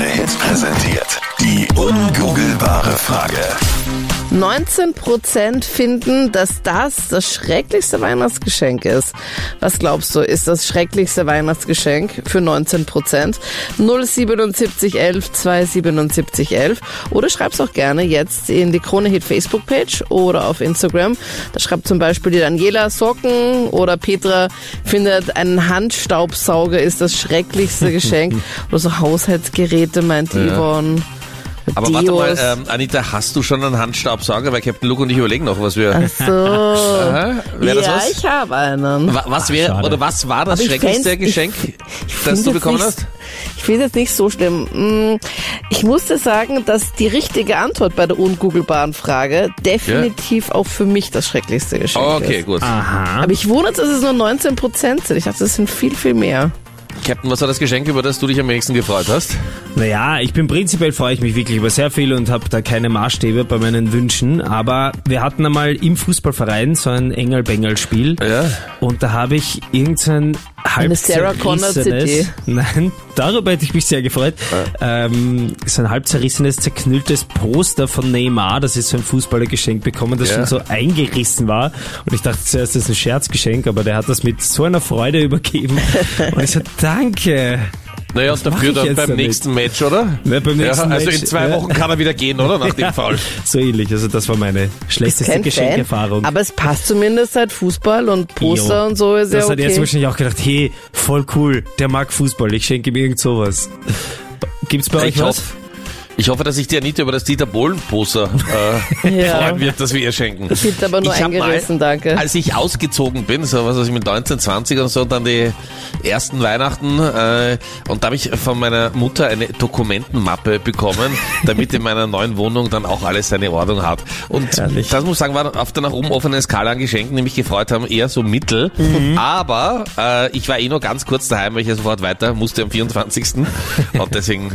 Hits präsentiert die ungoogelbare Frage. 19% finden, dass das das schrecklichste Weihnachtsgeschenk ist. Was glaubst du, ist das schrecklichste Weihnachtsgeschenk für 19%? 07711 27711 oder schreib's auch gerne jetzt in die Krone Hit Facebook Page oder auf Instagram. Da schreibt zum Beispiel die Daniela Socken oder Petra findet einen Handstaubsauger ist das schrecklichste Geschenk oder so Haushaltsgeräte meint die Ja. Yvonne. Aber warte Deos. mal, ähm, Anita, hast du schon einen Handstaubsauger? Weil Captain Luke und ich überlegen noch, was wir. So. Aha, Wäre das Ähm, ja, was? ich habe einen. Wa- Was wäre schade. oder was war das Aber ich schrecklichste fänd's- ich- Geschenk, das Find du jetzt bekommen nicht, hast? Ich finde jetzt nicht so schlimm. Hm, Ich musste sagen, dass die richtige Antwort bei der ungoogelbaren Frage definitiv auch für mich das schrecklichste Geschenk Ah, Okay, ist. gut. Aha. Aber ich wundert, dass es nur 19 Prozent sind. Ich dachte, es sind viel, viel mehr. Captain, was war das Geschenk, über das du dich am wenigsten gefreut hast? Naja, ich bin prinzipiell freue ich mich wirklich über sehr viel und habe da keine Maßstäbe bei meinen Wünschen. Aber wir hatten einmal im Fußballverein so ein Engel-Bengel-Spiel. Ja. Und da habe ich irgendein halb Eine Sarah Connor CD. zerrissenes, nein, darüber hätte ich mich sehr gefreut, Ah. ähm, so ein halb zerrissenes, zerknülltes Poster von Neymar, das ist so ein Fußballer geschenkt bekommen, das Ja. schon so eingerissen war. Und ich dachte zuerst, das ist ein Scherzgeschenk, aber der hat das mit so einer Freude übergeben. Und ich so, danke. Naja, und mach dafür ich dann beim jetzt damit? nächsten Match, oder? Ja, beim nächsten also Match, äh, in zwei ja. Wochen kann er wieder gehen, oder? Nach dem Foul. So ähnlich, also das war meine schlechteste Kein Geschenkerfahrung. Fan, aber es passt zumindest halt Fußball und Poster Jo. und so ist das ja hat er jetzt okay. wahrscheinlich auch gedacht, hey, voll cool, der mag Fußball, ich schenke ihm irgend sowas. Gibt's bei euch Ich was? hoffe, ich hoffe, dass ich dir Anita über das Dieter Bohlen-Poster äh, Ja. freuen wird, dass wir ihr schenken. Bitte aber nur Ich hab mal- eingerissen, danke. Als ich ausgezogen bin, so was weiß ich mit 19, 20 und so, dann die ersten Weihnachten äh, und da habe ich von meiner Mutter eine Dokumentenmappe bekommen, damit in meiner neuen Wohnung dann auch alles seine Ordnung hat. Und Herrlich. das muss ich sagen, war auf der nach oben offenen Skala an Geschenken, die mich gefreut haben, eher so mittel. Mhm. Aber äh, ich war eh nur ganz kurz daheim, weil ich ja sofort weiter musste am 24. und deswegen,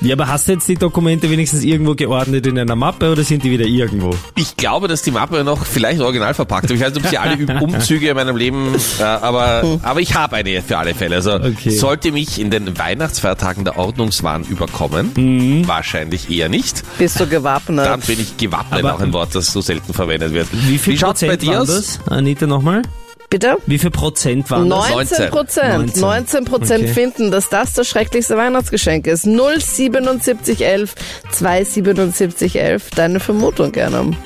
Ja, aber hast du jetzt die Dokumente wenigstens irgendwo geordnet in einer Mappe oder sind die wieder irgendwo? ich glaube, dass die Mappe noch vielleicht original verpackt ist. Ich weiß nicht, ob sie alle Üb- Umzüge in meinem Leben, äh, aber, aber ich habe eine für alle Fälle. Also Okay. sollte mich in den Weihnachtsfeiertagen der Ordnungswahn überkommen, Mhm. wahrscheinlich eher nicht, Bist du gewappnet? dann bin ich gewappnet, Äh, Aber- auch ein Wort, das so selten verwendet wird. Wie viel schaut's Prozent bei dir waren aus? das? Anita nochmal? Bitte? Wie viel Prozent Ah, waren das? 19 Prozent. 19. 19 Prozent Okay. finden, dass das das schrecklichste Weihnachtsgeschenk ist. 07711 27711. Deine Vermutung gerne.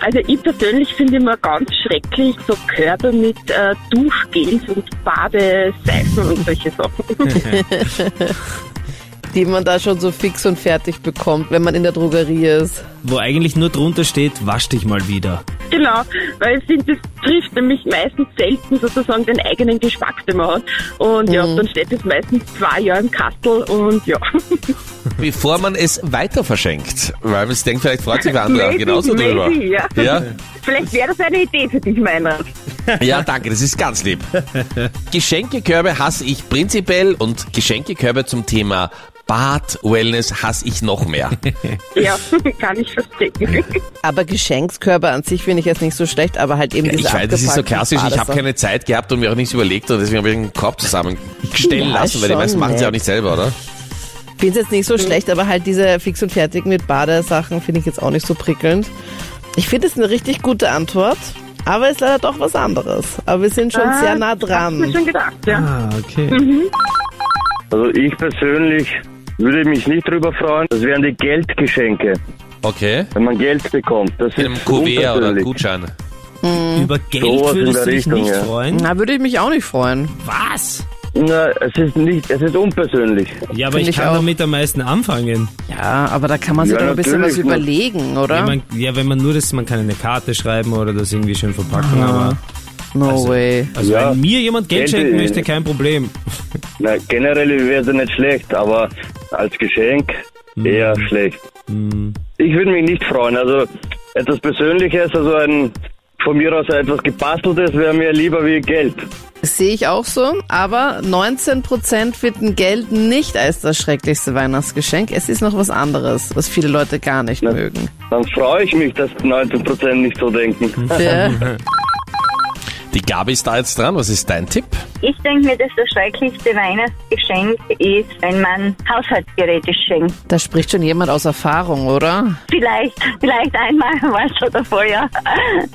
Also ich persönlich finde immer ganz schrecklich so Körbe mit äh, Duschgels und Badeseifen und solche Sachen. Die man da schon so fix und fertig bekommt, wenn man in der Drogerie ist. Wo eigentlich nur drunter steht, wasch dich mal wieder. genau, weil ich finde, das trifft nämlich meistens selten sozusagen den eigenen Geschmack, den man hat. Und Mhm. ja, dann steht es meistens zwei Jahre im Kastel und ja. Bevor man es weiter verschenkt, weil man sich denkt, vielleicht freut sich wer andere Maybe, genauso drüber. maybe, ja. Ja, Vielleicht wäre das eine Idee für dich, meiner. Ja, danke, das ist ganz lieb. Geschenkekörbe hasse ich prinzipiell und Geschenkekörbe zum Thema Bad, Wellness hasse ich noch mehr. Ja, kann ich verstehen. Aber Geschenkskörbe an sich finde ich jetzt nicht so schlecht, aber halt eben diese Ich weiß, das ist so abgepackten klassisch, ich habe Badesachen. keine Zeit gehabt und mir auch nichts überlegt und deswegen habe ich einen Korb zusammenstellen Ja, lassen, weil die schon meisten machen sie nett. auch nicht selber, oder? Ich finde es jetzt nicht so schlecht, aber halt diese fix und fertig mit Badesachen finde ich jetzt auch nicht so prickelnd. Ich finde es eine richtig gute Antwort, aber es ist leider doch was anderes. Aber wir sind schon Ah, sehr nah Hab Ah, mir dran. schon gedacht, ja. Ah, okay. Also ich persönlich würde mich nicht drüber freuen. Das wären die Geldgeschenke, Okay. wenn man Geld bekommt. Das In einem ist Kuvert oder unpersönlich. Gutschein. Mhm. Über Geld Sowas in würdest der du dich Richtung, nicht ja. freuen? Na, würde ich mich auch nicht freuen. Was? Na, es ist nicht, es ist unpersönlich. Ja, aber Find ich ich kann auch. damit am meisten anfangen. Ja, aber da kann man sich Ja, doch ein bisschen was natürlich, ne? überlegen, Ja, oder? man, ja, wenn man nur das, man kann eine Karte schreiben oder das irgendwie schön verpacken, aber no way. also Ja. wenn mir jemand Geld Geld, schenken äh, möchte, kein Problem. Na, generell wäre es nicht schlecht, aber als Geschenk Hm. eher schlecht. Ich würde mich nicht freuen. Also etwas Persönliches, also ein von mir aus etwas gebasteltes wäre mir lieber wie Geld. Sehe ich auch so, aber 19% finden Geld nicht als das schrecklichste Weihnachtsgeschenk. Es ist noch was anderes, was viele Leute gar nicht Ja. mögen. Dann freue ich mich, dass Hm. 19% nicht so denken. Ja. Die Gabi ist da jetzt dran, was ist dein Tipp? Ich denke mir, dass das schrecklichste Weihnachtsgeschenk ist, wenn man Haushaltsgeräte schenkt. Da spricht schon jemand aus Erfahrung, oder? Vielleicht, vielleicht einmal war es schon davor, ja.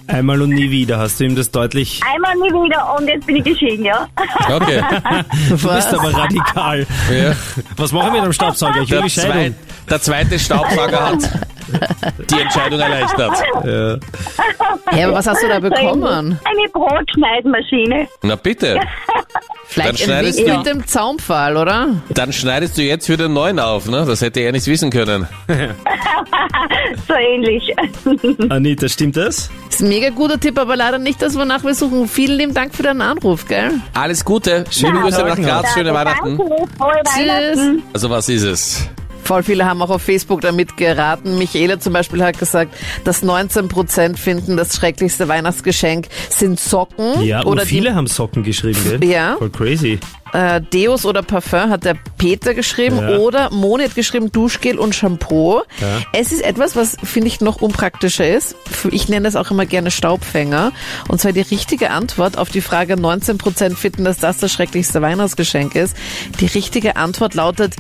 Einmal und nie wieder hast du ihm das deutlich. Einmal nie wieder und jetzt bin ich geschieden, ja. Okay. Du bist aber radikal. ja. Was machen wir mit dem Staubsauger? Ich will der, die zwei, Scheidung. der zweite Staubsauger hat die Entscheidung erleichtert. Ja. Ja, aber was hast du da bekommen? Eine Brotschneidmaschine. Na bitte, Vielleicht Dann ein schneidest Wink du- mit dem Zaunpfahl, oder? dann schneidest du jetzt wieder einen neuen auf. Ne? Das hätte er nicht wissen können. So ähnlich. Anita, stimmt das? Ist ein mega guter Tipp, aber leider nicht das, wonach wir suchen. Vielen lieben Dank für deinen Anruf, gell? Alles Gute, schöne Schönen Grüße nach Tag noch. Graz, schöne Weihnachten. Danke, frohe Weihnachten. Also was ist es? Voll viele haben auch auf Facebook damit geraten. Michaela zum Beispiel hat gesagt, dass 19% finden, das schrecklichste Weihnachtsgeschenk sind Socken Ja, oder und viele haben Socken geschrieben, gell? Ja. Voll crazy. die, äh, Deos oder Parfum, hat der Peter geschrieben. Ja. Oder Moni hat geschrieben, Duschgel und Shampoo. Es ist etwas, was finde ich noch unpraktischer ist. Ich nenne das auch immer gerne Staubfänger. Und zwar die richtige Antwort auf die Frage, 19% finden, dass das das schrecklichste Weihnachtsgeschenk ist. Die richtige Antwort lautet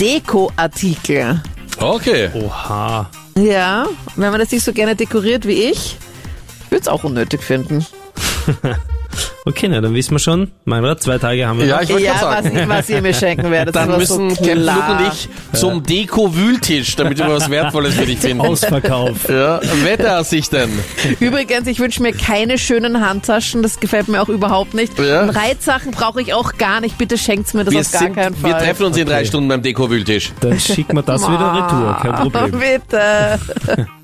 Dekoartikel. Okay. Oha. Ja, wenn man das nicht so gerne dekoriert wie ich, würde es auch unnötig finden. Okay, na, dann wissen wir schon. Mein Rat, zwei Tage haben wir. Ja, noch. ich wollte ja, schon was, sagen. ich- was ihr mir schenken werdet. das Dann war müssen so Captain Luke klar. und ich zum Deko-Wühltisch, damit wir was Wertvolles für dich finden. Ausverkauf. Ja, Wetteraussichten. Übrigens, ich wünsche mir keine schönen Handtaschen, das gefällt mir auch überhaupt nicht. Ja. Und Reizsachen brauche ich auch gar nicht. Bitte schenkt's mir das Wir, auf gar sind, keinen Fall. wir treffen uns in drei Stunden beim Deko-Wühltisch. Dann schicken wir das wieder retour, kein Problem. Ah, Bitte.